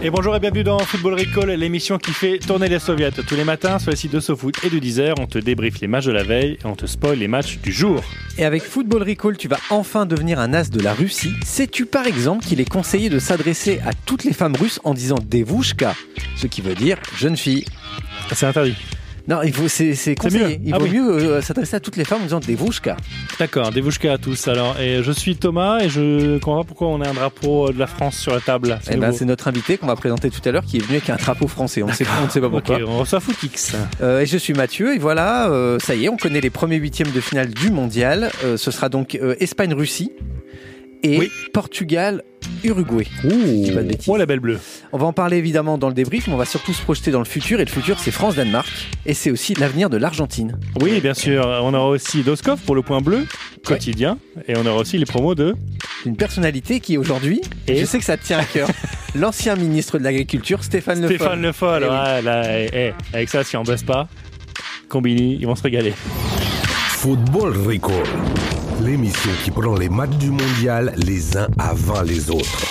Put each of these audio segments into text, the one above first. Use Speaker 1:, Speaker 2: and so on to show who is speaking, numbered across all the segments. Speaker 1: Et bonjour et bienvenue dans Football Recall, l'émission qui fait tourner les soviets. Tous les matins, sur les sites de SoFoot et de Deezer, on te débriefe les matchs de la veille et on te spoil les matchs du jour.
Speaker 2: Et avec Football Recall, tu vas enfin devenir un as de la Russie. Sais-tu par exemple qu'il est conseillé de s'adresser à toutes les femmes russes en disant devushka, ce qui veut dire jeune fille
Speaker 1: C'est interdit.
Speaker 2: Non, il faut, c'est, c'est conseillé.
Speaker 1: mieux.
Speaker 2: Il
Speaker 1: Ah
Speaker 2: vaut
Speaker 1: oui.
Speaker 2: mieux euh, s'adresser à toutes les femmes en disant devushka.
Speaker 1: D'accord, des bouchkas à tous alors. Et je suis Thomas et je comprends pas pourquoi on a un drapeau de la France sur la table.
Speaker 2: Eh ben,
Speaker 1: nouveau.
Speaker 2: c'est notre invité qu'on va présenter tout à l'heure qui est venu avec un drapeau français. On ne sait, on ne sait pas pourquoi.
Speaker 1: Ok, on reçoit Footix.
Speaker 2: Euh, et je suis Mathieu et voilà, euh, ça y est, on connaît les premiers huitièmes de finale du mondial. Euh, ce sera donc euh, Espagne-Russie et
Speaker 1: Oui.
Speaker 2: Portugal-Uruguay. Dis pas de bêtises.
Speaker 1: Oh la belle bleue.
Speaker 2: On va en parler évidemment dans le débrief, mais on va surtout se projeter dans le futur. Et le futur, c'est France-Danemark. Et c'est aussi l'avenir de l'Argentine.
Speaker 1: Oui, bien sûr. On aura aussi Doskov pour le point bleu quotidien et on aura aussi les promos de.
Speaker 2: Une personnalité qui aujourd'hui,
Speaker 1: Et
Speaker 2: je sais que ça te tient à cœur, l'ancien ministre de l'Agriculture, Stéphane Le Foll.
Speaker 1: Stéphane Le Foll.
Speaker 2: Eh oui.
Speaker 1: Ah, là, eh, eh, avec ça, si on baisse pas, Combini, ils vont se régaler.
Speaker 3: Football Recall. L'émission qui prend les matchs du mondial les uns avant les autres.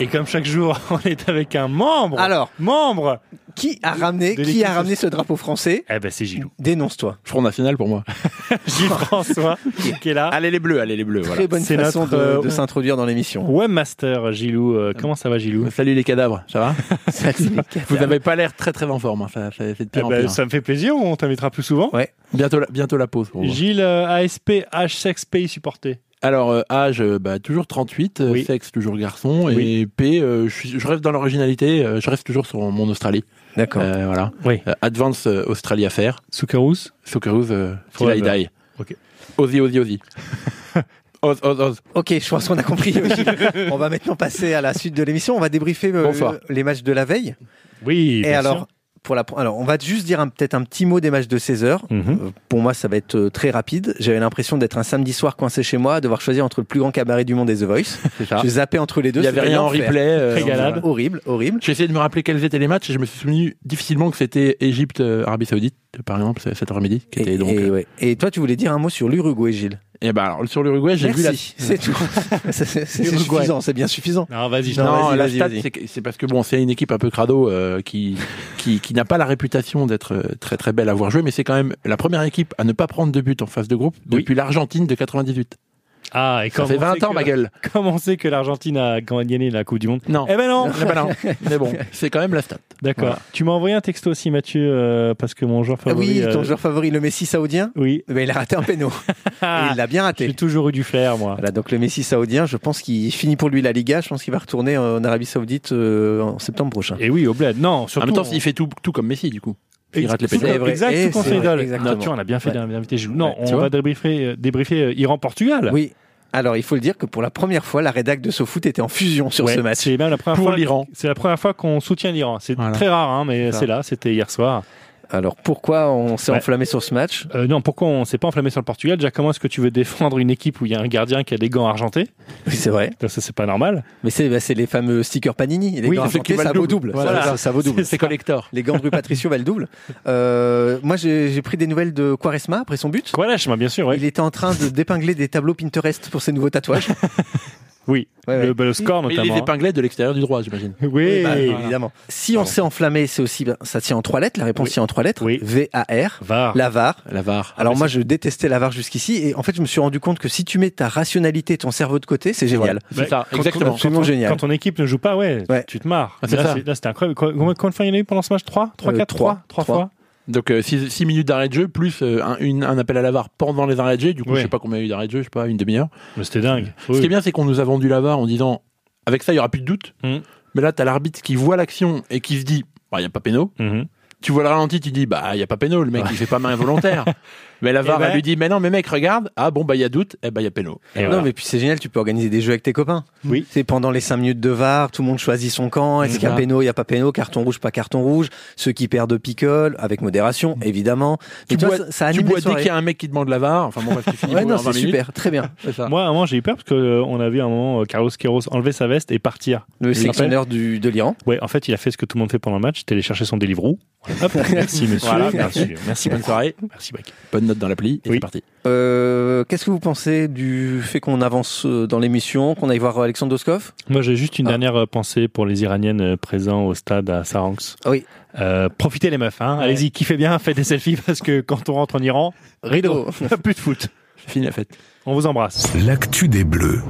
Speaker 1: Et comme chaque jour, on est avec un membre.
Speaker 2: Alors.
Speaker 1: membre.
Speaker 2: Qui a ramené,
Speaker 1: De
Speaker 2: qui
Speaker 1: l'équipe
Speaker 2: a ramené ce drapeau français
Speaker 1: Eh ben c'est Gilou.
Speaker 2: Dénonce-toi.
Speaker 4: Front finale pour moi.
Speaker 1: Gilles François qui est là.
Speaker 4: Allez les bleus, allez les bleus, voilà.
Speaker 2: Très bonne
Speaker 1: C'est
Speaker 2: façon
Speaker 1: notre,
Speaker 2: de-
Speaker 1: euh,
Speaker 2: de, s'introduire dans l'émission.
Speaker 1: Webmaster Gilou, Euh, comment ça va Gilou
Speaker 4: Salut les cadavres, ça va
Speaker 2: Ça, c'est les quatre.
Speaker 4: Vous n'avez pas l'air très très en forme, hein. ça, ça
Speaker 1: Eh
Speaker 4: fait de pire en
Speaker 1: ben,
Speaker 4: pire.
Speaker 1: Ça me fait plaisir, on t'invitera plus souvent.
Speaker 2: Ouais.
Speaker 4: Bientôt, la, bientôt la pause. pour vous.
Speaker 1: Gilles, euh, ASP, H, sexe, pays supporté.
Speaker 4: Alors euh, âge, euh, bah, toujours 38, euh,
Speaker 1: Oui.
Speaker 4: sexe toujours garçon, et P, euh, je, suis- je rêve dans l'originalité, euh, je rêve toujours sur mon Australie.
Speaker 2: D'accord.
Speaker 4: Euh, voilà.
Speaker 1: Oui.
Speaker 4: Euh, Advance euh, Australia Fair,
Speaker 1: Soukarous
Speaker 4: Socceroos, euh, Till I
Speaker 1: Forever.
Speaker 4: Die.
Speaker 1: Ok.
Speaker 4: Ozzy, Ozzy, Ozzy. Oz, Oz, Oz.
Speaker 2: Ok, je pense qu'on a compris. on va maintenant passer à la suite de l'émission. On va débriefer euh,
Speaker 4: Bonsoir.
Speaker 2: les matchs de la veille.
Speaker 1: Oui,
Speaker 2: Et,
Speaker 1: bien
Speaker 2: alors,
Speaker 1: sûr.
Speaker 2: pour la, alors, on va juste dire un- peut-être un petit mot des matchs de 16 heures.
Speaker 1: Mhm.
Speaker 2: Euh, Pour moi, ça va être euh, très rapide. J'avais l'impression d'être un samedi soir coincé chez moi, à devoir choisir entre le plus grand cabaret du monde et The Voice.
Speaker 4: C'est ça.
Speaker 2: Je zappais entre les deux.
Speaker 4: Il n'y avait
Speaker 2: c'était
Speaker 4: rien en
Speaker 2: l'enfer.
Speaker 4: replay. euh,
Speaker 1: Régalade.
Speaker 2: Horrible, horrible.
Speaker 4: J'ai essayé de me rappeler quels étaient les matchs et je me suis souvenu difficilement que c'était Égypte, euh, Arabie Saoudite, par exemple, c- cet après-midi, qui était
Speaker 2: Et,
Speaker 4: donc.
Speaker 2: et,
Speaker 4: euh,
Speaker 2: ouais. Et toi, tu voulais dire un mot sur l'Uruguay, Gilles.
Speaker 4: Et ben alors sur l'Uruguay, j'ai vu la.
Speaker 2: Merci. C'est tout. C'est- c'est c'est
Speaker 4: Uruguay.
Speaker 2: suffisant, c'est bien suffisant.
Speaker 1: Alors vas-y,
Speaker 2: Non,
Speaker 4: Non,
Speaker 2: vas-y,
Speaker 4: la
Speaker 2: vas-y,
Speaker 4: stat,
Speaker 2: vas-y.
Speaker 4: c'est que- c'est parce que bon, c'est une équipe un peu crado euh, qui qui, qui n'a pas la réputation d'être euh, très très belle à voir jouer, mais c'est quand même la première équipe à ne pas prendre de but en phase de groupe
Speaker 1: Oui.
Speaker 4: depuis l'Argentine de 98.
Speaker 1: Ah, et
Speaker 4: Ça
Speaker 1: comme
Speaker 4: fait
Speaker 1: on
Speaker 4: 20
Speaker 1: sait
Speaker 4: ans,
Speaker 1: que-
Speaker 4: ma gueule.
Speaker 1: Comme on sait que l'Argentine a gagné la Coupe du Monde.
Speaker 4: Non.
Speaker 1: Eh ben non
Speaker 4: Eh ben non. mais bon, c'est quand même la stat.
Speaker 1: D'accord.
Speaker 4: Voilà.
Speaker 1: Tu m'as envoyé un texto aussi, Mathieu, euh, parce que mon joueur
Speaker 2: Ah
Speaker 1: favori.
Speaker 2: oui, ton
Speaker 1: euh,
Speaker 2: joueur favori, le Messi saoudien,
Speaker 1: Oui.
Speaker 2: eh ben, il a raté un péno.
Speaker 4: Ah,
Speaker 2: Et il l'a bien raté.
Speaker 1: J'ai toujours eu du flair, moi.
Speaker 2: Voilà, donc le Messi saoudien, je pense qu'il finit pour lui la Liga. Je pense qu'il va retourner en Arabie Saoudite euh, en septembre prochain.
Speaker 1: Et oui, au bled. Non, surtout.
Speaker 4: en même temps,
Speaker 1: on-
Speaker 4: il fait tout tout comme Messi du coup. Il
Speaker 1: Ex-
Speaker 4: rate les
Speaker 1: tout
Speaker 4: pénaux.
Speaker 2: C'est
Speaker 1: comme-
Speaker 2: vrai.
Speaker 1: Exact,
Speaker 2: Et
Speaker 1: tout comme
Speaker 2: c'est
Speaker 1: c'est
Speaker 2: vrai,
Speaker 1: idole.
Speaker 2: exactement.
Speaker 1: Non, tu vois, on a bien fait
Speaker 2: Ouais.
Speaker 1: d'inviter Gilou. Non,
Speaker 4: Ouais, tu
Speaker 1: on va
Speaker 4: vois.
Speaker 1: débriefer, euh, débriefer euh, Iran-Portugal.
Speaker 2: Oui. Alors, il faut le dire que pour la première fois, la rédac de SoFoot était en fusion sur
Speaker 1: Ouais,
Speaker 2: ce match.
Speaker 1: C'est même la première
Speaker 4: Pour
Speaker 1: fois.
Speaker 4: l'Iran.
Speaker 1: C'est la première fois qu'on soutient l'Iran. C'est
Speaker 4: Voilà.
Speaker 1: très rare, hein, mais
Speaker 2: Ça.
Speaker 1: c'est là. C'était hier soir.
Speaker 2: Alors, pourquoi on s'est
Speaker 1: Ouais.
Speaker 2: enflammé sur ce match
Speaker 1: Euh, non, pourquoi on s'est pas enflammé sur le Portugal Déjà, comment est-ce que tu veux défendre une équipe où il y a un gardien qui a des gants argentés
Speaker 2: Oui, c'est vrai.
Speaker 1: Ça, c'est pas normal.
Speaker 2: Mais c'est bah, c'est les fameux stickers Panini. Les
Speaker 4: Oui,
Speaker 2: gants
Speaker 4: ceux qui
Speaker 2: argentés, ça
Speaker 4: valent
Speaker 2: vaut
Speaker 4: double.
Speaker 2: double.
Speaker 4: Voilà.
Speaker 2: Ça, ça- ça vaut double.
Speaker 4: C'est collector.
Speaker 2: Les gants de Rui Patricio valent double. Euh, moi, j'ai j'ai pris des nouvelles de Quaresma après son but.
Speaker 1: Quoi, lâche, bien sûr. ouais.
Speaker 2: Il était en train de d'épingler des tableaux Pinterest pour ses nouveaux tatouages.
Speaker 1: Oui,
Speaker 2: Ouais, ouais.
Speaker 1: Le, bah, le score
Speaker 4: Mais les
Speaker 1: notamment. hein.
Speaker 4: épinglets de l'extérieur du droit, j'imagine.
Speaker 1: Oui,
Speaker 2: Bah, évidemment. Si on
Speaker 1: Pardon.
Speaker 2: s'est enflammé, c'est aussi bien. Ça tient en trois lettres. La réponse tient en trois lettres.
Speaker 1: Oui.
Speaker 2: VAR.
Speaker 1: VAR.
Speaker 2: La VAR.
Speaker 4: La VAR.
Speaker 2: Alors moi, je détestais la VAR jusqu'ici. Et en fait, je me suis rendu compte que si tu mets ta rationalité, ton cerveau de côté, c'est génial.
Speaker 4: C'est ça,
Speaker 1: Quand-
Speaker 4: exactement.
Speaker 1: quand-
Speaker 2: Absolument
Speaker 1: quand-
Speaker 2: génial.
Speaker 1: Quand ton équipe ne joue pas, ouais,
Speaker 2: Ouais.
Speaker 1: tu te marres.
Speaker 4: Ah, c'est
Speaker 1: là,
Speaker 4: ça.
Speaker 1: c'est- là, c'était incroyable. Quoi- Combien combien de fois il y en a eu pendant ce match 3 3,
Speaker 2: Euh,
Speaker 1: 4, 3 3
Speaker 2: trois.
Speaker 1: fois
Speaker 4: Donc 6 minutes d'arrêt de jeu plus euh, un, une- un appel à la VAR pendant les arrêts de jeu. Du coup,
Speaker 1: Ouais.
Speaker 4: je sais pas combien il y a eu d'arrêts de jeu, je sais pas, une demi-heure.
Speaker 1: Mais C'était dingue.
Speaker 4: Ce qui est bien, c'est qu'on nous a vendu la VAR en disant avec ça, il y aura plus de doute.
Speaker 1: Mm.
Speaker 4: Mais là, t'as l'arbitre qui voit l'action et qui se dit bah, il y a pas péno.
Speaker 1: Mhm.
Speaker 4: Tu vois le ralenti, tu dis bah il y a pas péno, le mec il fait pas main involontaire. Mais la VAR,
Speaker 1: Eh ben-
Speaker 4: elle lui dit, mais non, mais mec, regarde. Ah bon, bah, il y a doute. Eh ben, il y a péno.
Speaker 1: Et
Speaker 2: non,
Speaker 1: voilà.
Speaker 2: mais puis c'est génial, tu peux organiser des jeux avec tes copains.
Speaker 1: Oui.
Speaker 2: C'est pendant les 5 minutes de VAR, tout le monde choisit son camp. Est-ce
Speaker 4: C'est
Speaker 2: qu'il y a
Speaker 4: ça.
Speaker 2: péno, il n'y a pas péno, carton rouge, pas carton rouge. Ceux qui perdent picolent, avec modération, évidemment. Mais
Speaker 4: Mm. Tu
Speaker 2: tu vois,
Speaker 4: bois-
Speaker 2: ça, ça
Speaker 4: Tu
Speaker 2: anime
Speaker 4: bois
Speaker 2: les
Speaker 4: dès qu'il
Speaker 2: soirées.
Speaker 4: y a un mec qui demande la VAR. Enfin, bon, bref, tu finis
Speaker 2: Ouais,
Speaker 4: pour
Speaker 2: non,
Speaker 4: 20
Speaker 2: c'est
Speaker 4: minutes.
Speaker 2: super, très bien.
Speaker 4: C'est ça.
Speaker 1: Moi, à un moment, j'ai eu peur parce qu'on on a vu à un moment euh, Carlos Queiroz enlever sa veste et partir.
Speaker 2: Le
Speaker 1: Il
Speaker 2: sélectionneur du, de l'Iran.
Speaker 1: Ouais, en fait, il a fait ce que tout le monde fait pendant le match, télécharger son Deliveroo. Hop, merci monsieur.
Speaker 4: Voilà,
Speaker 1: merci,
Speaker 4: Merci, bonne soirée.
Speaker 1: merci mec.
Speaker 4: Bonne note dans l'appli. Et
Speaker 1: Oui.
Speaker 4: c'est parti.
Speaker 2: Euh, Qu'est-ce que vous pensez du fait qu'on avance euh, dans l'émission, qu'on aille voir Alexandre Doskov
Speaker 1: Moi, j'ai juste une
Speaker 2: Ah.
Speaker 1: dernière euh, pensée pour les Iraniennes euh, présents au stade à Saranx.
Speaker 2: Oui.
Speaker 1: Euh, profitez les meufs, hein. allez-y, kiffez bien, faites des selfies parce que quand on rentre en Iran, rideau,
Speaker 2: Oh.
Speaker 1: plus de foot.
Speaker 4: Fini la fête.
Speaker 1: On vous embrasse.
Speaker 3: L'actu des Bleus.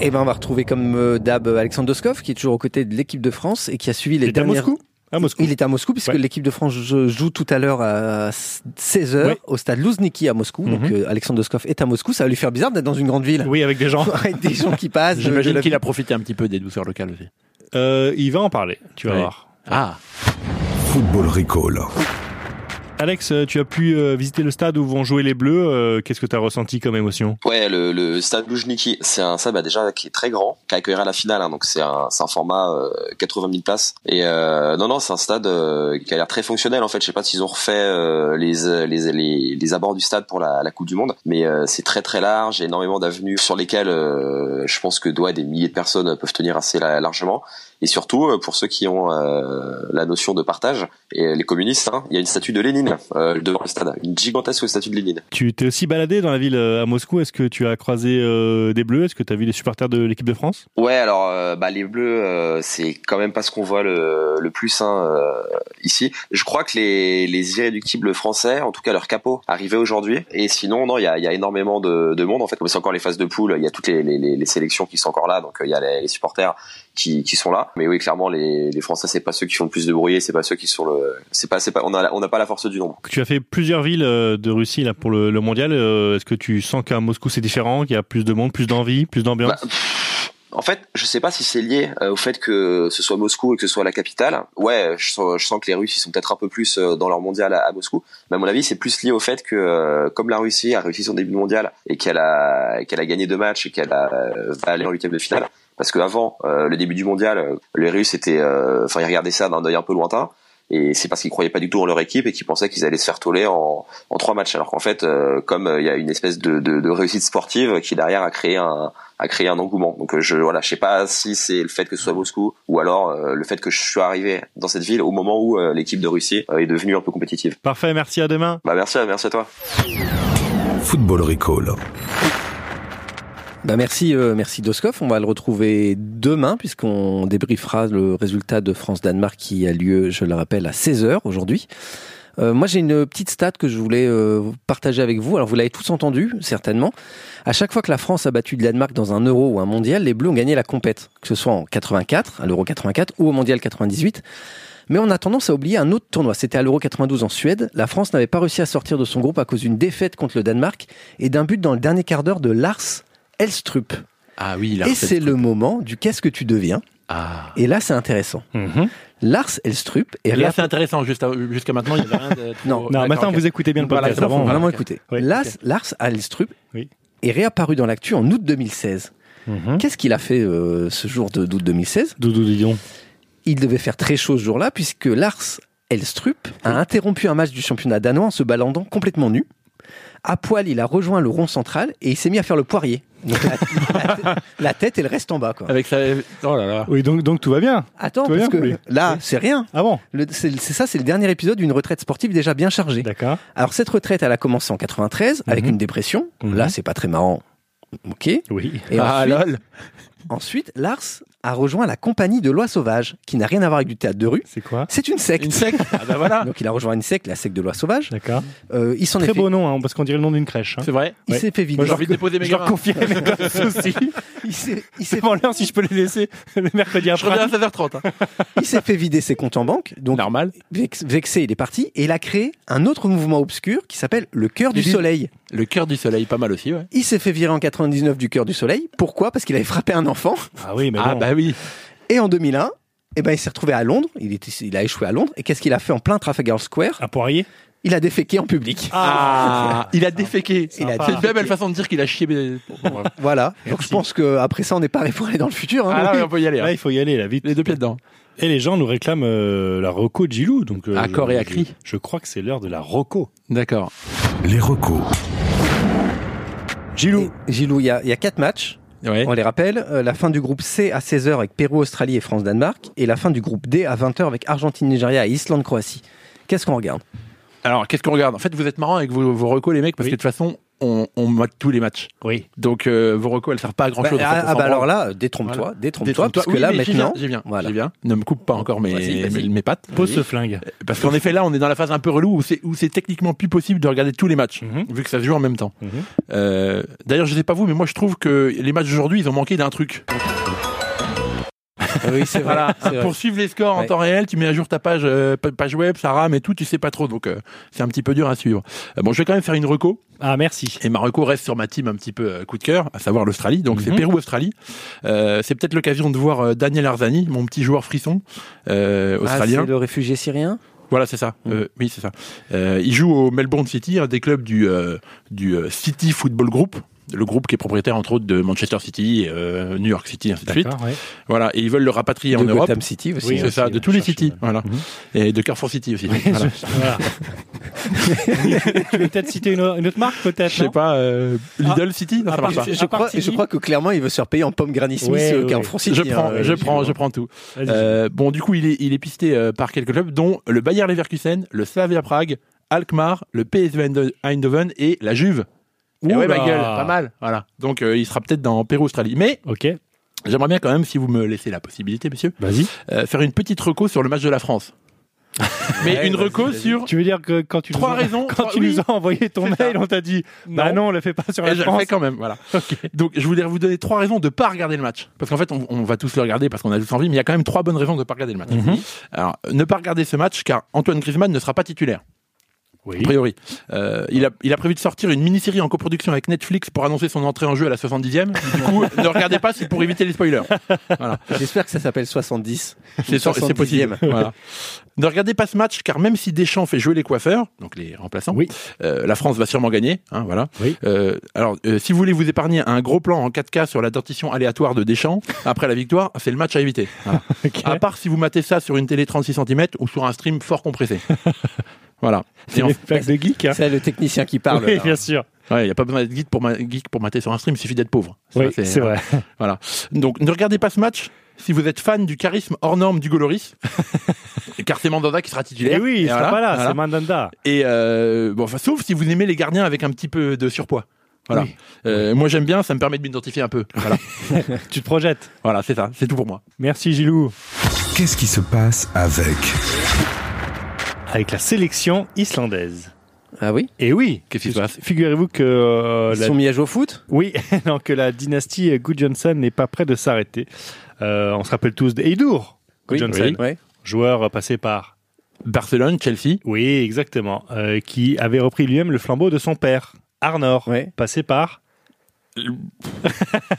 Speaker 2: Eh ben, on va retrouver comme euh, d'hab euh, Alexandre Doskov, qui est toujours aux côtés de l'équipe de France et qui a suivi les
Speaker 1: Il est à
Speaker 2: dernières.
Speaker 1: Moscou À Moscou.
Speaker 2: Il est à Moscou puisque
Speaker 1: Ouais.
Speaker 2: l'équipe de France joue joue tout à l'heure à 16h
Speaker 1: Ouais.
Speaker 2: au stade Louzhniki à Moscou. Donc
Speaker 1: Mhm.
Speaker 2: euh, Alexandre Doskov est à Moscou. Ça va lui faire bizarre d'être dans une grande ville
Speaker 1: Oui, avec des gens.
Speaker 2: avec des gens qui passent. de- de
Speaker 4: J'imagine
Speaker 2: la-
Speaker 4: qu'il a profité un petit peu des douceurs locales aussi.
Speaker 1: Euh, il va en parler, tu vas
Speaker 4: Ouais.
Speaker 1: voir.
Speaker 4: Ah,
Speaker 3: Football Recall.
Speaker 1: Alex, euh, tu as pu euh, visiter le stade où vont jouer les Bleus. euh, Qu'est-ce que tu as ressenti comme émotion
Speaker 5: Ouais, le, le stade Loujniki, c'est un stade bah, déjà qui est très grand, qui accueillera la finale, hein, donc c'est un, c'est un format euh, 80 000 places. Et euh, non, non, c'est un stade euh, qui a l'air très fonctionnel en fait. Je sais pas s'ils ont refait euh, les, euh, les, les, les abords du stade pour la, la Coupe du Monde, mais euh, c'est très très large, il y a énormément d'avenues sur lesquelles euh, je pense que doit des milliers de personnes peuvent tenir assez la- largement. Et surtout, euh, pour ceux qui ont euh, la notion de partage, et les communistes, hein, il y a une statue de Lénine euh, devant le stade, une gigantesque statue de Lénine.
Speaker 1: Tu t'es aussi baladé dans la ville euh, à Moscou. Est-ce que tu as croisé euh, des Bleus Est-ce que tu as vu des supporters de l'équipe de France
Speaker 5: Ouais, alors euh, bah, les bleus, euh, c'est quand même pas ce qu'on voit le, le plus hein, euh, ici. Je crois que les, les irréductibles français, en tout cas leur capot, arrivaient aujourd'hui. Et sinon, non, il y a, il y a énormément de, de monde. En fait, comme c'est encore les phases de poule, il y a toutes les, les, les- les sélections qui sont encore là. Donc euh, il y a les, les supporters qui, qui sont là. Mais oui, clairement, les, les Français, c'est pas ceux qui font le plus de bruit, c'est pas ceux qui sont le, c'est pas, c'est pas, on a, on n'a pas la force du nombre.
Speaker 1: Tu as fait plusieurs villes euh, de Russie là pour le, le mondial. Euh, Est-ce que tu sens qu'à Moscou c'est différent, qu'il y a plus de monde, plus d'envie, plus d'ambiance
Speaker 5: Bah, pff, en fait, je sais pas si c'est lié euh, au fait que ce soit Moscou et que ce soit la capitale. Ouais, je sens, je sens que les Russes ils sont peut-être un peu plus euh, dans leur mondial à, à Moscou. Mais à mon avis, c'est plus lié au fait que euh, comme la Russie a réussi son début de mondial et qu'elle a qu'elle a gagné deux matchs et qu'elle a, euh, va aller en huitième de finale. Parce qu'avant le début du mondial, euh, les Russes étaient, euh, enfin ils regardaient ça d'un œil un peu lointain. Et c'est parce qu'ils croyaient pas du tout en leur équipe et qu'ils pensaient qu'ils allaient se faire toller en, en trois matchs. Alors qu'en fait, euh, comme euh, il y a une espèce de, de, de réussite sportive qui derrière a créé un, à créer un engouement. Donc euh, je voilà, je sais pas si c'est le fait que ce soit Moscou ou alors euh, le fait que je suis arrivé dans cette ville au moment où euh, l'équipe de Russie euh, est devenue un peu compétitive.
Speaker 4: Bah.
Speaker 1: Parfait, merci à demain.
Speaker 5: Bah merci, à- merci à toi.
Speaker 3: Football Recall.
Speaker 2: Bah merci, euh, merci Doskov. On va le retrouver demain puisqu'on débriefera le résultat de France-Danemark qui a lieu, je le rappelle, à 16h aujourd'hui. Euh, moi, j'ai une petite stat que je voulais euh, partager avec vous. Alors, vous l'avez tous entendu, certainement. À chaque fois que la France a battu le Danemark dans un Euro ou un Mondial, les Bleus ont gagné la compète, que ce soit en 84, à l'Euro 84 ou au Mondial 98. Mais on a tendance à oublier un autre tournoi. C'était à l'Euro 92 en Suède. La France n'avait pas réussi à sortir de son groupe à cause d'une défaite contre le Danemark et d'un but dans le dernier quart d'heure de Lars Elstrup.
Speaker 4: ah oui, il a
Speaker 2: Et
Speaker 4: refait
Speaker 2: c'est le
Speaker 4: truc.
Speaker 2: moment du qu'est-ce que tu deviens.
Speaker 4: Ah.
Speaker 2: Et là, c'est intéressant.
Speaker 4: Mhm.
Speaker 2: Lars Elstrup est
Speaker 4: Et là,
Speaker 2: réapparu-
Speaker 4: c'est intéressant. juste à- Jusqu'à maintenant, il n'y avait rien de. trop-
Speaker 2: Non.
Speaker 1: Non,
Speaker 4: D'accord,
Speaker 1: maintenant
Speaker 4: ok.
Speaker 1: vous écoutez bien le
Speaker 4: Voilà,
Speaker 1: podcast.
Speaker 4: c'est bon,
Speaker 1: Avant,
Speaker 4: on va
Speaker 2: vraiment
Speaker 4: ok.
Speaker 2: écouter.
Speaker 1: Oui,
Speaker 2: Lars,
Speaker 1: ok.
Speaker 2: Lars Alstrup
Speaker 1: Oui.
Speaker 2: est réapparu dans l'actu en août 2016.
Speaker 1: Mhm.
Speaker 2: Qu'est-ce qu'il a fait euh, ce jour de- d'août 2016
Speaker 1: Doudou Dillon.
Speaker 2: Il devait faire très chaud ce jour-là puisque Lars Elstrup a interrompu un match du championnat danois en se baladant complètement nu. À poil, il a rejoint le rond central et il s'est mis à faire le poirier. Donc la, la- la tête et le reste en bas. Quoi.
Speaker 4: Avec sa. Oh là là.
Speaker 1: Oui, donc donc tout va bien.
Speaker 2: Attends,
Speaker 1: Tout va
Speaker 2: parce que
Speaker 1: bien pour lui.
Speaker 2: là, c'est rien.
Speaker 1: Ah bon
Speaker 2: Le- C'est c'est ça, c'est le dernier épisode d'une retraite sportive déjà bien chargée.
Speaker 1: D'accord.
Speaker 2: Alors cette retraite, elle a commencé en 93 avec
Speaker 1: Mhm.
Speaker 2: une dépression.
Speaker 1: Mhm.
Speaker 2: Là, c'est pas très marrant. Ok. Et
Speaker 1: Oui.
Speaker 4: ah
Speaker 2: ensuite,
Speaker 4: lol.
Speaker 2: ensuite, Lars a rejoint la compagnie de l'Oie Sauvage, qui n'a rien à voir avec du théâtre de rue.
Speaker 1: C'est quoi
Speaker 2: C'est une secte.
Speaker 4: Une sec. Ah bah voilà.
Speaker 2: Donc il a rejoint une secte, la secte de l'Oie Sauvage.
Speaker 1: D'accord.
Speaker 2: Euh, il s'en est
Speaker 1: Très
Speaker 2: fait,
Speaker 1: beau nom, hein, parce qu'on dirait le nom d'une crèche. hein.
Speaker 4: C'est vrai.
Speaker 2: il
Speaker 1: Ouais.
Speaker 2: s'est fait vider.
Speaker 4: Moi, j'ai envie de déposer mes
Speaker 1: Je leur
Speaker 4: gamins.
Speaker 1: confie mes deux soucis.
Speaker 2: Il s'est- il s'est-
Speaker 1: Demande-leur si je peux les laisser le mercredi
Speaker 4: Je
Speaker 1: après.
Speaker 4: reviens à 16h30. hein.
Speaker 2: il s'est fait vider ses comptes en banque. Donc
Speaker 4: Normal.
Speaker 2: vex- vexé, il est parti et il a créé un autre mouvement obscur qui s'appelle le Cœur du
Speaker 4: Dis-
Speaker 2: Soleil.
Speaker 4: Le cœur du soleil, pas mal aussi, ouais.
Speaker 2: Il s'est fait virer en 99 du Cœur du Soleil. Pourquoi Parce qu'il avait frappé un enfant.
Speaker 1: Ah oui, mais
Speaker 4: ah
Speaker 1: bon.
Speaker 4: bah oui.
Speaker 2: Et en 2001, eh ben, il s'est retrouvé à Londres. Il, était, il a échoué à Londres. Et qu'est-ce qu'il a fait en plein Trafalgar Square
Speaker 1: Un poirier
Speaker 2: il a déféqué en public.
Speaker 4: Ah, il a déféqué. C'est
Speaker 2: Il a
Speaker 4: une
Speaker 2: déféqué. Ah
Speaker 4: belle façon de dire qu'il a chié. mais- Bon, bref.
Speaker 2: Voilà. Donc
Speaker 1: Merci.
Speaker 2: je pense que après ça, on n'est pas prêt pour aller dans le futur. hein.
Speaker 4: Ah, là, on peut y aller.
Speaker 1: Là,
Speaker 4: hein.
Speaker 1: il faut y aller, là, vite.
Speaker 4: Les deux pieds dedans.
Speaker 1: Et les gens nous réclament euh, la reco de Gilou. Donc, euh,
Speaker 4: À
Speaker 1: je-
Speaker 4: corps et à
Speaker 1: je-
Speaker 4: cri.
Speaker 1: Je crois que c'est l'heure de la reco.
Speaker 4: D'accord.
Speaker 3: Les recos.
Speaker 2: Et-
Speaker 1: Gilou.
Speaker 2: Gilou, il y, a- il y a quatre matchs.
Speaker 4: Ouais.
Speaker 2: On les rappelle. Euh, la fin du groupe C à 16h avec Pérou, Australie et France-Danemark. Et la fin du groupe D à 20h avec Argentine, Nigeria et Islande-Croatie. Qu'est-ce qu'on regarde
Speaker 4: Alors, qu'est-ce qu'on regarde En fait, vous êtes marrant avec vos, vos recos, les mecs, parce
Speaker 1: Oui.
Speaker 4: que de toute façon, on, on mate tous les matchs.
Speaker 1: Oui.
Speaker 4: Donc, euh, vos recos, elles servent pas à
Speaker 2: Bah,
Speaker 4: grand-chose. en fait,
Speaker 2: ah,
Speaker 4: on
Speaker 2: ah, bah
Speaker 4: s'en branle.
Speaker 2: alors là, détrompe-toi,
Speaker 4: Voilà.
Speaker 2: détrompe-toi,
Speaker 4: Détrompe-toi.
Speaker 2: parce que
Speaker 4: Oui,
Speaker 2: là
Speaker 4: mais j'y
Speaker 2: maintenant,
Speaker 4: viens, j'y viens,
Speaker 2: Voilà.
Speaker 4: j'y viens. Ne me coupe pas encore mes,
Speaker 2: Vas-y, vas-y.
Speaker 4: mes- mes pattes.
Speaker 1: Pose Oh, ce flingue.
Speaker 4: Parce qu'en effet, là, on est dans la phase un peu relou où c'est, où c'est techniquement plus possible de regarder tous les matchs,
Speaker 1: Mhm.
Speaker 4: vu que ça se joue en même temps.
Speaker 1: Mhm.
Speaker 4: Euh, d'ailleurs, je sais pas vous, mais moi, je trouve que les matchs d'aujourd'hui, ils ont manqué d'un truc.
Speaker 2: oui, c'est vrai,
Speaker 4: Voilà.
Speaker 2: c'est vrai.
Speaker 4: Pour suivre les scores en
Speaker 2: Ouais.
Speaker 4: temps réel, tu mets à jour ta page, euh, pa- page web, ça rame et tout, tu sais pas trop. Donc, euh, c'est un petit peu dur à suivre. Euh, bon, je vais quand même faire une reco.
Speaker 1: Ah, merci.
Speaker 4: Et Marocco reste sur ma team un petit peu euh, coup de cœur, à savoir l'Australie. Donc c'est
Speaker 1: Mhm.
Speaker 4: Pérou-Australie. Euh, c'est peut-être l'occasion de voir euh, Daniel Arzani, mon petit joueur frisson euh,
Speaker 2: Ah,
Speaker 4: australien.
Speaker 2: c'est le réfugié syrien
Speaker 4: Voilà, c'est ça.
Speaker 2: Mhm.
Speaker 4: Euh, oui, c'est ça. Euh, il joue au Melbourne City, un des clubs du, euh, du euh, City Football Group. Le groupe qui est propriétaire entre autres de Manchester City, euh, New York City, ainsi de suite.
Speaker 1: D'accord, ouais.
Speaker 4: Voilà, et ils veulent le rapatrier en
Speaker 2: de
Speaker 4: Europe.
Speaker 2: Gotham City aussi.
Speaker 1: Oui,
Speaker 4: c'est ça,
Speaker 1: aussi,
Speaker 4: de
Speaker 1: euh,
Speaker 4: tous les
Speaker 1: cherche,
Speaker 4: cities,
Speaker 1: euh,
Speaker 4: voilà. Et de Carrefour City aussi. Voilà.
Speaker 1: Voilà. tu veux peut-être citer une, une autre marque, peut-être
Speaker 4: Je sais
Speaker 1: non
Speaker 4: pas, euh, Lidl City, non,
Speaker 1: Ah,
Speaker 4: ça marche
Speaker 1: je-
Speaker 4: pas.
Speaker 2: Je crois, je crois que clairement, il veut se repayer en pomme Granny Smith
Speaker 1: Ouais,
Speaker 2: euh,
Speaker 1: ouais,
Speaker 2: qu'un
Speaker 1: ouais.
Speaker 2: Front City,
Speaker 4: Je prends,
Speaker 2: hein, euh,
Speaker 4: je prends, je prends tout.
Speaker 1: Vas-y.
Speaker 4: Euh, bon, du coup, il est, il est pisté euh, par quelques clubs, dont le Bayer Leverkusen, le Slavia Prague, Alkmaar, le PSV Eindho- Eindhoven et la Juve. Et ouais,
Speaker 1: Oula.
Speaker 4: ma gueule, pas mal. Voilà. Donc, euh, il sera peut-être dans Pérou-Australie. Mais
Speaker 1: Ok,
Speaker 4: j'aimerais bien quand même, si vous me laissez la possibilité, messieurs,
Speaker 1: vas-y.
Speaker 4: euh, faire une petite reco sur le match de la France. Mais
Speaker 2: Ouais,
Speaker 4: une
Speaker 2: vas-y,
Speaker 4: reco
Speaker 2: vas-y.
Speaker 4: sur
Speaker 1: Tu veux dire que quand tu
Speaker 4: trois
Speaker 1: nous as-
Speaker 4: raisons.
Speaker 1: quand
Speaker 4: trois-
Speaker 1: tu
Speaker 4: oui,
Speaker 1: nous as envoyé ton
Speaker 4: C'est
Speaker 1: mail,
Speaker 4: ça.
Speaker 1: on t'a dit bah non, on le fait pas sur
Speaker 4: Et
Speaker 1: la
Speaker 4: je le
Speaker 1: France.
Speaker 4: fais quand même, voilà. Donc, je voulais vous donner trois raisons de ne pas regarder le match. Parce qu'en fait, on, on va tous le regarder parce qu'on a tous envie, mais il y a quand même trois bonnes raisons de ne pas regarder le match.
Speaker 1: Mhm.
Speaker 4: Alors, ne pas regarder ce match car Antoine Griezmann ne sera pas titulaire,
Speaker 1: Oui.
Speaker 4: a priori. Euh, il, a, il a prévu de sortir une mini-série en coproduction avec Netflix pour annoncer son entrée en jeu à la 70e. Du coup, ne regardez pas, c'est pour éviter les spoilers.
Speaker 2: J'espère que ça s'appelle 70.
Speaker 4: C'est sûr, c'est
Speaker 2: 70e.
Speaker 4: possible. Voilà. Ne regardez pas ce match car même si Deschamps fait jouer les coiffeurs, donc les remplaçants,
Speaker 1: Oui.
Speaker 4: euh, la France va sûrement gagner. hein, voilà.
Speaker 1: Oui.
Speaker 4: Euh, alors, euh, si vous voulez vous épargner un gros plan en 4K sur la dentition aléatoire de Deschamps après la victoire, c'est le match à éviter. Voilà.
Speaker 1: Ok.
Speaker 4: À part si vous matez ça sur une télé 36 cm ou sur un stream fort compressé. voilà.
Speaker 1: C'est
Speaker 4: Et en-
Speaker 1: les plaques de geek. Hein.
Speaker 2: C'est le technicien qui parle.
Speaker 1: oui,
Speaker 4: hein.
Speaker 2: là.
Speaker 1: bien sûr.
Speaker 4: Ouais, il n'y a pas besoin d'être geek pour, ma- geek pour mater sur un stream, il suffit d'être pauvre. Ça,
Speaker 1: Oui, c'est vrai.
Speaker 4: Donc ne regardez pas ce match si vous êtes fan du charisme hors norme du Goloris, car c'est Mandanda qui sera titulaire.
Speaker 1: Et Eh oui, il sera
Speaker 4: voilà,
Speaker 1: pas là,
Speaker 4: voilà.
Speaker 1: c'est Mandanda.
Speaker 4: Et euh, bon, enfin, sauf si vous aimez les gardiens avec un petit peu de surpoids. Voilà.
Speaker 1: Oui.
Speaker 4: Euh, moi j'aime bien, ça me permet de m'identifier un peu. Voilà,
Speaker 1: Tu te projettes.
Speaker 4: voilà c'est ça, c'est tout pour moi.
Speaker 1: Merci Gilou.
Speaker 3: Qu'est-ce qui se passe avec
Speaker 1: Avec la sélection islandaise.
Speaker 2: Ah oui
Speaker 1: Et oui,
Speaker 4: Qu'est-ce qui se passe
Speaker 1: figurez-vous que euh,
Speaker 2: Ils
Speaker 1: la
Speaker 2: sont mis à jouer au foot
Speaker 1: Oui, non, que la dynastie Good-Johnson n'est pas près de s'arrêter. Euh, on se rappelle tous d'Eidur Good-Johnson,
Speaker 2: Ouais.
Speaker 1: joueur euh, passé par...
Speaker 4: Barcelone, Chelsea,
Speaker 1: Oui, exactement, euh, qui avait repris lui-même le flambeau de son père, Arnor,
Speaker 2: Ouais.
Speaker 1: passé par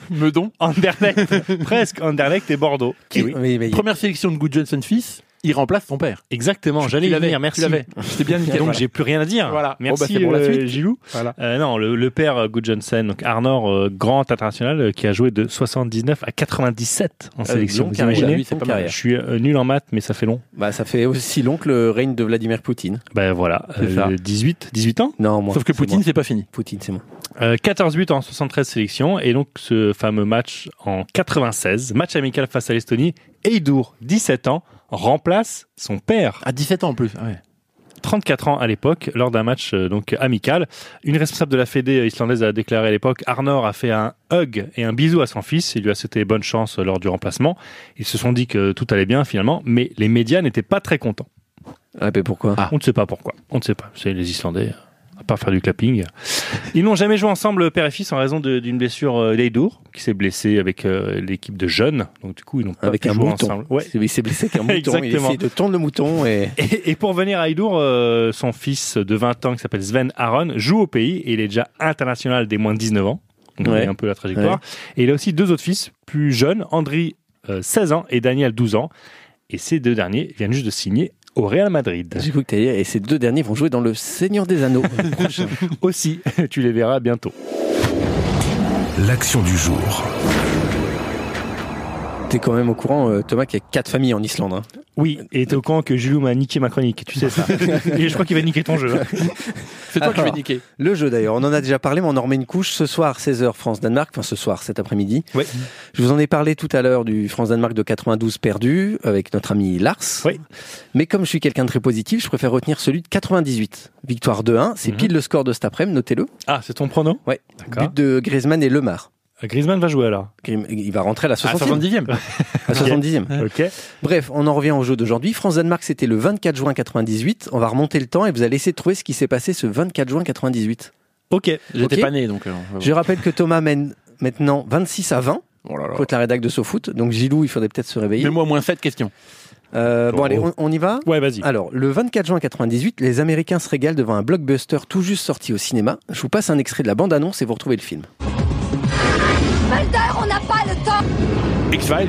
Speaker 4: Meudon.
Speaker 1: Anderlecht, presque Anderlecht et Bordeaux.
Speaker 2: Qui-
Speaker 1: Oui,
Speaker 2: oui, mais il-
Speaker 4: Première sélection de Good Johnson fils, il remplace son père.
Speaker 1: Exactement, j'allais
Speaker 4: Tu
Speaker 1: y
Speaker 4: l'avais,
Speaker 1: venir,
Speaker 4: tu
Speaker 1: merci.
Speaker 4: l'avais. C'était bien nickel.
Speaker 1: Donc
Speaker 4: voilà.
Speaker 1: j'ai plus rien à dire.
Speaker 4: Voilà. Bon, bah,
Speaker 1: Merci
Speaker 4: c'est bon, la
Speaker 1: euh,
Speaker 4: suite.
Speaker 1: Gilou.
Speaker 4: Voilà.
Speaker 1: Euh, non, le, le père euh, Good Johnson, donc Arnor, euh, grand international, euh, qui a joué de 79 à 97 en
Speaker 4: Euh,
Speaker 1: sélection.
Speaker 4: longue
Speaker 1: Vous
Speaker 4: carrière,
Speaker 1: imaginez
Speaker 4: lui, c'est pas
Speaker 1: Je
Speaker 4: mal.
Speaker 1: suis euh, nul en maths, mais ça fait long.
Speaker 2: Bah, ça fait aussi long que le règne de Vladimir Poutine.
Speaker 1: Ben voilà,
Speaker 4: C'est
Speaker 1: euh,
Speaker 4: ça.
Speaker 1: 18, 18 ans.
Speaker 2: Non, moi.
Speaker 4: Sauf que
Speaker 2: c'est
Speaker 4: Poutine,
Speaker 2: moi.
Speaker 4: c'est pas fini.
Speaker 2: Poutine, c'est moi.
Speaker 1: Euh, 14 buts en 73 sélections. Et donc, ce fameux match en 96, match amical face à l'Estonie, Eidur, 17 ans, remplace son père,
Speaker 4: À 17 ans en plus. Ah Ouais.
Speaker 1: 34 ans à l'époque, lors d'un match euh, donc amical. Une responsable de la Fédé euh, islandaise a déclaré à l'époque, Arnor a fait un hug et un bisou à son fils. Il lui a souhaité bonne chance euh, lors du remplacement. Ils se sont dit que tout allait bien finalement, mais les médias n'étaient pas très contents.
Speaker 2: Ah, mais pourquoi
Speaker 4: Ah.
Speaker 1: On ne sait pas pourquoi. On ne sait pas. C'est les Islandais, à part faire du clapping. Ils n'ont jamais joué ensemble, euh, père et fils, en raison de- d'une blessure euh, d'Eidur, qui s'est blessé avec euh, l'équipe de jeunes. Donc, du coup, Ah, ils n'ont pas
Speaker 2: Avec
Speaker 1: pu
Speaker 2: un
Speaker 1: jouer
Speaker 2: mouton.
Speaker 1: ensemble. Ouais.
Speaker 2: Il s'est blessé avec un mouton. il
Speaker 1: Exactement.
Speaker 2: essaie de tondre le mouton et.
Speaker 1: Et, et pour venir à Eidur, euh, son fils de 20 ans, qui s'appelle Sven Aron, joue au pays et il est déjà international des moins de 19 ans. Donc, on
Speaker 2: Ouais.
Speaker 1: voit un peu la trajectoire. Et il a aussi deux autres fils plus jeunes, Andri, euh, 16 ans, et Daniel, 12 ans. Et ces deux derniers viennent juste de signer au Real Madrid.
Speaker 2: J'ai cru que t'allais dire, et ces deux derniers vont jouer dans Le Seigneur des Anneaux. Prochain.
Speaker 1: Aussi, tu les verras bientôt.
Speaker 3: L'action du jour.
Speaker 2: T'es quand même au courant, euh, Thomas, qu'il y a quatre familles en Islande. hein.
Speaker 1: Oui, et t'es au courant que Julio m'a niqué ma chronique, tu sais ça. et je crois qu'il va niquer ton jeu. hein.
Speaker 4: C'est toi qui vais
Speaker 2: Alors.
Speaker 4: niquer.
Speaker 2: Le jeu d'ailleurs, on en a déjà parlé, mais on en remet une couche. Ce soir, 16h, France-Danemark, enfin ce soir, cet après-midi.
Speaker 1: Ouais.
Speaker 2: Je vous en ai parlé tout à l'heure du France-Danemark de 92 perdu avec notre ami Lars.
Speaker 1: Oui.
Speaker 2: Mais comme je suis quelqu'un de très positif, je préfère retenir celui de 98. Victoire 2-1, c'est
Speaker 1: Mhm.
Speaker 2: pile le score de cet après-midi, notez-le.
Speaker 1: Ah, c'est ton prono
Speaker 2: Ouais.
Speaker 1: D'accord.
Speaker 2: But de Griezmann et Lemar.
Speaker 1: Griezmann va jouer alors.
Speaker 2: Grim- Il va rentrer à la
Speaker 4: À
Speaker 2: 70e.
Speaker 4: 70 e
Speaker 2: À 70e.
Speaker 1: Ok.
Speaker 2: Bref, on en revient au jeu d'aujourd'hui. France-Danemark, c'était le 24 juin 98. On va remonter le temps et vous allez essayer de trouver ce qui s'est passé ce 24 juin 98.
Speaker 1: Ok.
Speaker 4: J'étais
Speaker 2: Ok.
Speaker 4: pas né, donc. euh, on va voir.
Speaker 2: Je rappelle que Thomas mène maintenant 26 à 20
Speaker 4: Oh là là.
Speaker 2: contre la rédac de SoFoot. Donc Gilou, il faudrait peut-être se réveiller.
Speaker 4: Mets-moi au moins 7 questions.
Speaker 2: Euh, bon,
Speaker 1: Oh.
Speaker 2: allez, on, on y va
Speaker 1: Ouais, vas-y.
Speaker 2: alors, le 24 juin 98, les Américains se régalent devant un blockbuster tout juste sorti au cinéma. Je vous passe un extrait de la bande-annonce et vous retrouvez le film.
Speaker 6: Mulder, on n'a pas le temps
Speaker 4: X-Files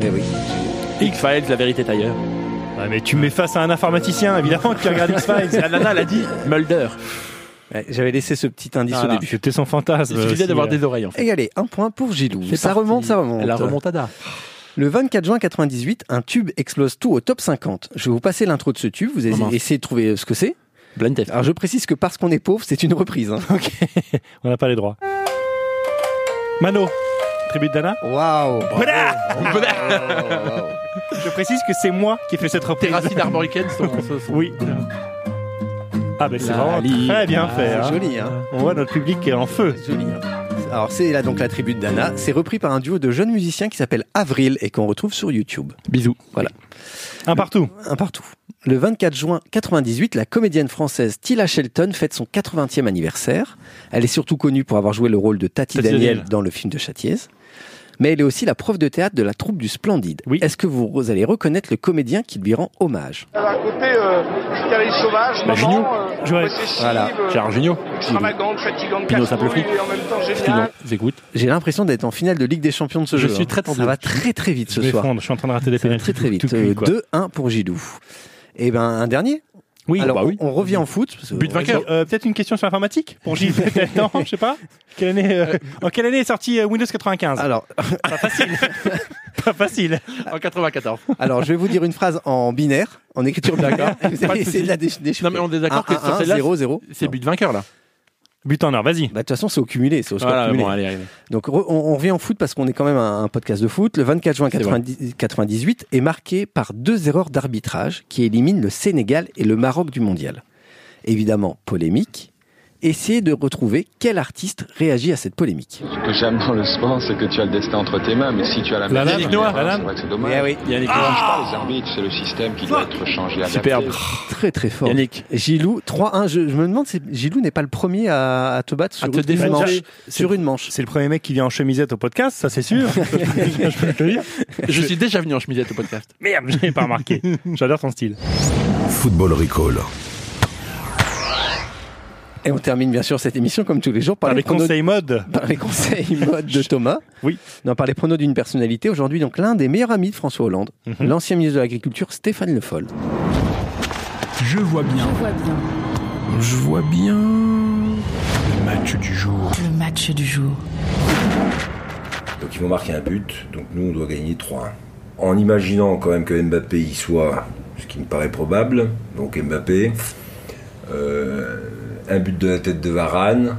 Speaker 2: Eh oui.
Speaker 4: X-Files, la vérité est ailleurs.
Speaker 1: Ah, mais tu me mets face à un informaticien, évidemment, qui regarde X-Files.
Speaker 4: La nana l'a dit Mulder.
Speaker 2: Ouais, J'avais laissé ce petit indice au
Speaker 4: Voilà.
Speaker 2: début.
Speaker 1: C'était son fantasme.
Speaker 4: Il suffisait
Speaker 1: aussi,
Speaker 4: d'avoir
Speaker 1: euh.
Speaker 4: des oreilles en fait.
Speaker 2: Et allez, un point pour Gilou. Ça
Speaker 4: parti.
Speaker 2: remonte, ça remonte.
Speaker 4: La remontada.
Speaker 2: Le 24 juin 98, un tube explose tout au top 50. Je vais vous passer l'intro de ce tube, vous allez
Speaker 4: Comment
Speaker 2: essayer de trouver ce que c'est.
Speaker 4: Blind test.
Speaker 2: Alors je précise que parce qu'on est pauvre, c'est une reprise. hein.
Speaker 1: On n'a pas les droits. Mano, tribute d'Anna.
Speaker 2: Waouh
Speaker 1: Je précise que c'est moi qui ai fait cette reprise.
Speaker 4: Les racines armoricaines sont. sont- sont-
Speaker 1: Oui. Ah, ben c'est
Speaker 4: La
Speaker 1: vraiment
Speaker 4: Ligue.
Speaker 1: très bien
Speaker 2: C'est
Speaker 1: fait. hein.
Speaker 2: joli, hein
Speaker 1: On voit notre public qui est en feu.
Speaker 2: C'est joli. hein. Alors c'est là donc la tribute d'Anna, c'est repris par un duo de jeunes musiciens qui s'appelle Avril et qu'on retrouve sur YouTube.
Speaker 4: Bisous.
Speaker 1: Un partout.
Speaker 2: Un partout. Le 24 juin 98, la comédienne française Tila Shelton fête son 80e anniversaire. Elle est surtout connue pour avoir joué le rôle de Tati,
Speaker 1: Tati
Speaker 2: Daniel,
Speaker 1: Daniel.
Speaker 2: dans le film de Châtiez. Mais elle est aussi la prof de théâtre de la troupe du Splendide.
Speaker 1: Oui.
Speaker 2: Est-ce que vous allez reconnaître le comédien qui lui rend hommage
Speaker 7: Elle a un côté euh, carré sauvage,
Speaker 4: Bah,
Speaker 7: maman,
Speaker 4: Junio.
Speaker 7: euh,
Speaker 1: Joël.
Speaker 7: possessive,
Speaker 2: Voilà.
Speaker 7: euh,
Speaker 4: Gérard Jugnot.
Speaker 7: extravagante, fatigante,
Speaker 4: Pino
Speaker 7: casse-couille,
Speaker 4: Simple Flic.
Speaker 7: et en même temps
Speaker 4: Sinon,
Speaker 7: géniale.
Speaker 4: j'écoute.
Speaker 2: J'ai l'impression d'être en finale de Ligue des Champions de ce
Speaker 4: Je
Speaker 2: jeu.
Speaker 4: suis
Speaker 2: hein.
Speaker 4: très tendu.
Speaker 2: Ça va très très vite
Speaker 1: Je
Speaker 2: ce soir.
Speaker 1: m'effondre, je suis en train de rater des
Speaker 2: Ça va
Speaker 1: pénalités.
Speaker 2: très très vite.
Speaker 1: Tout cuit,
Speaker 2: Euh,
Speaker 1: quoi.
Speaker 2: 2-1 pour Gilou. Et ben un dernier.
Speaker 1: Oui,
Speaker 2: Alors
Speaker 1: bah oui.
Speaker 2: on on revient en foot. parce que-
Speaker 4: But vainqueur.
Speaker 1: Euh, Peut-être une question sur l'informatique pour Gilles. peut-être. non, je sais pas. Quelle année, euh, en quelle année est sorti euh, Windows 95
Speaker 2: Alors,
Speaker 1: Pas facile. pas facile.
Speaker 4: En 94.
Speaker 2: alors je vais vous dire une phrase en binaire, en écriture binaire. et Vous
Speaker 4: Pas de
Speaker 2: allez essayer de la dé- déchiffrer.
Speaker 4: Non, mais on est d'accord que sur
Speaker 2: 1,
Speaker 4: celle-là,
Speaker 2: 0, 0.
Speaker 4: C'est but de vainqueur là.
Speaker 1: But en or, vas-y.
Speaker 2: Bah, de toute façon, c'est au cumulé, c'est au score
Speaker 4: Voilà,
Speaker 2: cumulé.
Speaker 4: bon, allez, allez.
Speaker 2: Donc, re- on, on revient en foot parce qu'on est quand même un, un podcast de foot. Le 24 juin
Speaker 4: C'est
Speaker 2: 90 98 est marqué par deux erreurs d'arbitrage qui éliminent le Sénégal et le Maroc du mondial. Évidemment, polémique. Essayez de retrouver quel artiste réagit à cette polémique.
Speaker 8: Ce que j'aime dans le sport, c'est que tu as le destin entre tes mains, mais si tu as la
Speaker 1: La
Speaker 8: main,
Speaker 1: lame.
Speaker 8: c'est
Speaker 1: Yannick Noah, la lame.
Speaker 8: vrai que c'est dommage.
Speaker 2: Eh oui,
Speaker 4: Yannick. Ah,
Speaker 8: Je parle aux arbitres, c'est le système qui doit être changé. adapté.
Speaker 4: Superbe.
Speaker 2: très très fort.
Speaker 4: Yannick.
Speaker 2: Gilou, 3-1. Je, je me demande si Gilou n'est pas le premier à, à te battre sur
Speaker 4: À te
Speaker 2: une
Speaker 4: défoncer.
Speaker 2: manche. Sur une manche.
Speaker 1: C'est le premier mec qui vient en chemisette au podcast, ça c'est sûr. je peux te le dire.
Speaker 4: Je suis déjà venu en chemisette au podcast.
Speaker 1: Merde, je l'ai pas remarqué. J'adore ton style.
Speaker 3: Football Recall.
Speaker 2: Et on termine bien sûr cette émission comme tous les jours par,
Speaker 1: Par les
Speaker 2: pronos-
Speaker 1: conseils mode.
Speaker 2: par les conseils mode de Thomas.
Speaker 1: Oui.
Speaker 2: Non, par les pronos d'une personnalité. Aujourd'hui, donc, l'un des meilleurs amis de François Hollande,
Speaker 1: Mhm.
Speaker 2: l'ancien ministre de l'Agriculture, Stéphane Le Foll.
Speaker 9: Je vois bien.
Speaker 3: Je vois bien.
Speaker 9: Le match du jour.
Speaker 10: Le match du jour.
Speaker 11: Donc ils vont marquer un but, donc nous on doit gagner 3-1. En imaginant quand même que Mbappé y soit, ce qui me paraît probable, donc Mbappé, euh, un but de la tête de Varane,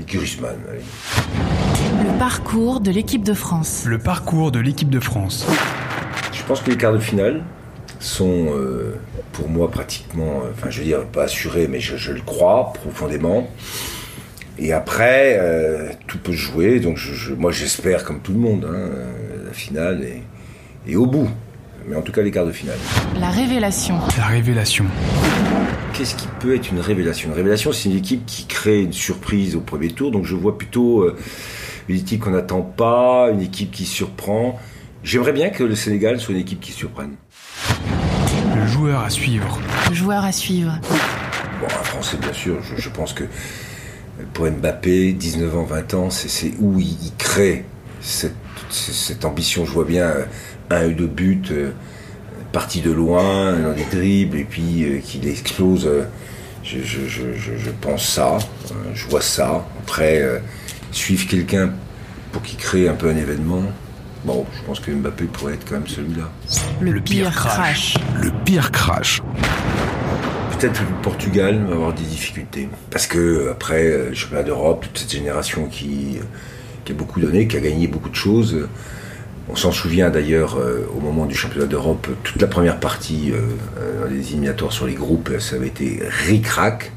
Speaker 11: et Griezmann. allez.
Speaker 10: Le parcours de l'équipe de France.
Speaker 9: Le parcours de l'équipe de France.
Speaker 11: Je pense que les quarts de finale sont euh, pour moi pratiquement, euh, enfin je veux dire pas assurés, mais je, je le crois profondément. Et après, euh, tout peut se jouer, donc je- je- moi j'espère comme tout le monde, hein, euh, la finale et, et au bout. Mais en tout cas les quarts de finale.
Speaker 10: La révélation.
Speaker 9: La révélation.
Speaker 11: Qu'est-ce qui peut être une révélation Une révélation, c'est une équipe qui crée une surprise au premier tour. Donc je vois plutôt euh, une équipe qu'on n'attend pas, une équipe qui surprend. J'aimerais bien que le Sénégal soit une équipe qui surprenne.
Speaker 9: Le joueur à suivre.
Speaker 10: Le joueur à suivre.
Speaker 11: Bon, un Français, bien sûr, je, je pense que pour Mbappé, 19 ans, 20 ans, c'est- c'est où il, il crée cette, cette ambition. Je vois bien euh, un ou deux buts euh, parti de loin, dans des dribbles, et puis euh, qu'il explose. euh, je, je- je- je- je pense ça, euh, je vois ça. Après, euh, suivre quelqu'un pour qu'il crée un peu un événement. Bon, je pense que Mbappé pourrait être quand même celui-là.
Speaker 10: Le, pire crash.
Speaker 11: Le pire crash. Peut-être le Portugal va avoir des difficultés. Parce que, euh, après, euh, le championnat d'Europe, toute cette génération qui, qui a beaucoup donné, qui a gagné beaucoup de choses. euh, On s'en souvient d'ailleurs euh, au moment du championnat d'Europe, euh, toute la première partie euh, euh, dans les éliminatoires sur les groupes, euh, ça avait été ric-rac.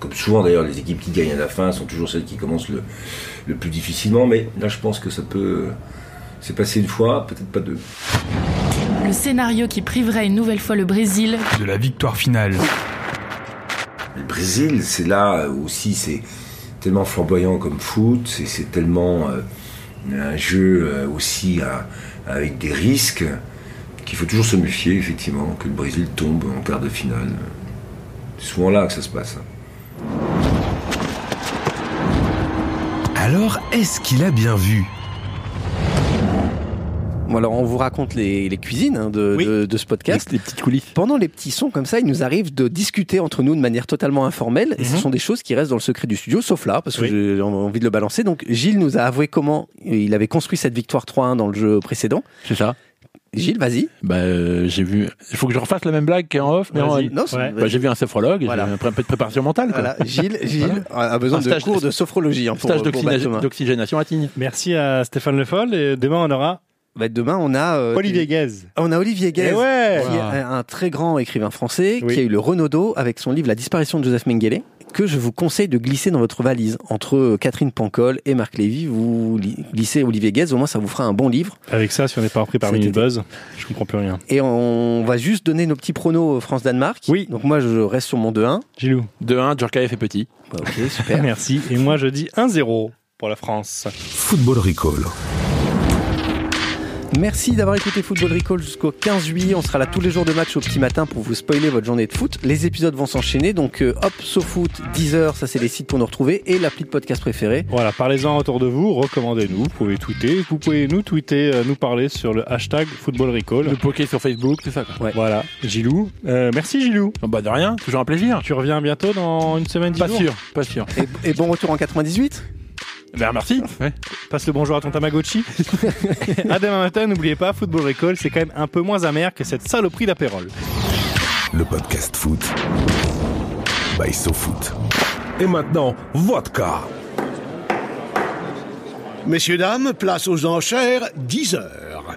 Speaker 11: Comme souvent d'ailleurs, les équipes qui gagnent à la fin sont toujours celles qui commencent le, le plus difficilement. Mais là, je pense que ça peut. euh, C'est passé une fois, peut-être pas deux.
Speaker 10: Le scénario qui priverait une nouvelle fois le Brésil
Speaker 11: de la victoire finale. Le Brésil, c'est là aussi, c'est tellement flamboyant comme foot, c'est- c'est tellement euh, un jeu euh, aussi à- avec des risques qu'il faut toujours se méfier, effectivement, que le Brésil tombe en quart de finale. C'est souvent là que ça se passe.
Speaker 3: Alors, est-ce qu'il a bien vu
Speaker 2: Bon, alors, on vous raconte les, les cuisines hein, de, de- de ce podcast. Les, petites coulisses. Pendant les petits sons comme ça, il nous arrive de discuter entre nous de manière totalement informelle. Et ce sont des choses qui restent dans le secret du studio, sauf là, parce que j'ai envie de le balancer. Donc, Gilles nous a avoué comment il avait construit cette victoire 3-1 dans le jeu précédent.
Speaker 4: C'est ça.
Speaker 2: Gilles, vas-y.
Speaker 4: Bah, euh, j'ai vu. Il faut que je refasse la même blague qu'en off, mais en
Speaker 2: Vas-y. Non, c'est-
Speaker 4: Bah,
Speaker 2: vas-y.
Speaker 4: j'ai vu un sophrologue. et J'ai un peu de préparation mentale. quoi.
Speaker 2: Voilà, Gilles, Gilles a besoin
Speaker 4: Un
Speaker 2: de
Speaker 4: stage-
Speaker 2: cours de sophrologie. hein, pour-
Speaker 4: stage
Speaker 2: pour
Speaker 4: d'oxygé-
Speaker 2: Benjamin.
Speaker 4: d'oxygénation à Tignes.
Speaker 1: Merci à Stéphane Le Foll et demain on aura.
Speaker 2: Bah, demain on a euh,
Speaker 1: Olivier Guèze.
Speaker 2: On a Olivier Guez,
Speaker 1: Eh ouais
Speaker 2: qui est un un très grand écrivain français, qui a eu le Renaudot avec son livre La disparition de Joseph Mengele, que je vous conseille de glisser dans votre valise. Entre euh, Catherine Pancol et Marc Lévy, vous li- glissez Olivier Guez, au moins ça vous fera un bon livre.
Speaker 1: Avec ça, si on n'est pas repris par
Speaker 2: Cet
Speaker 1: Minute
Speaker 2: été.
Speaker 1: Buzz, je comprends plus rien.
Speaker 2: Et on va juste donner nos petits pronos euh, France-Danemark. Oui. Donc moi je reste sur mon 2-1.
Speaker 1: Gilou.
Speaker 4: 2-1, Djorkaeff est petit.
Speaker 2: Bah, ok, super.
Speaker 1: Merci. Et moi, je dis 1-0 pour la France.
Speaker 3: Football Recall.
Speaker 2: Merci d'avoir écouté Football Recall jusqu'au 15 juillet. On sera là tous les jours de match au petit matin pour vous spoiler votre journée de foot. Les épisodes vont s'enchaîner. Donc, euh, hop, SoFoot, Deezer, ça c'est les sites pour nous retrouver et l'appli de podcast préféré.
Speaker 1: Voilà, parlez-en autour de vous, recommandez-nous, vous pouvez tweeter, vous pouvez nous tweeter, euh, nous parler sur le hashtag Football Recall.
Speaker 4: Le poker sur Facebook, tout ça. Quoi.
Speaker 1: Voilà, Gilou. Euh, merci Gilou.
Speaker 4: Bah de rien, toujours un plaisir.
Speaker 1: Tu reviens bientôt dans une semaine, dix
Speaker 4: Pas
Speaker 1: jours
Speaker 4: sûr, pas sûr.
Speaker 2: Et, et bon retour en 98.
Speaker 4: Ben merci.
Speaker 1: Passe le bonjour à ton Tamagotchi. à demain matin, n'oubliez pas, Football Recall, c'est quand même un peu moins amer que cette saloperie d'apérole.
Speaker 3: Le podcast foot. By SoFoot. Et maintenant, vodka.
Speaker 6: Messieurs, dames, place aux enchères, 10 heures.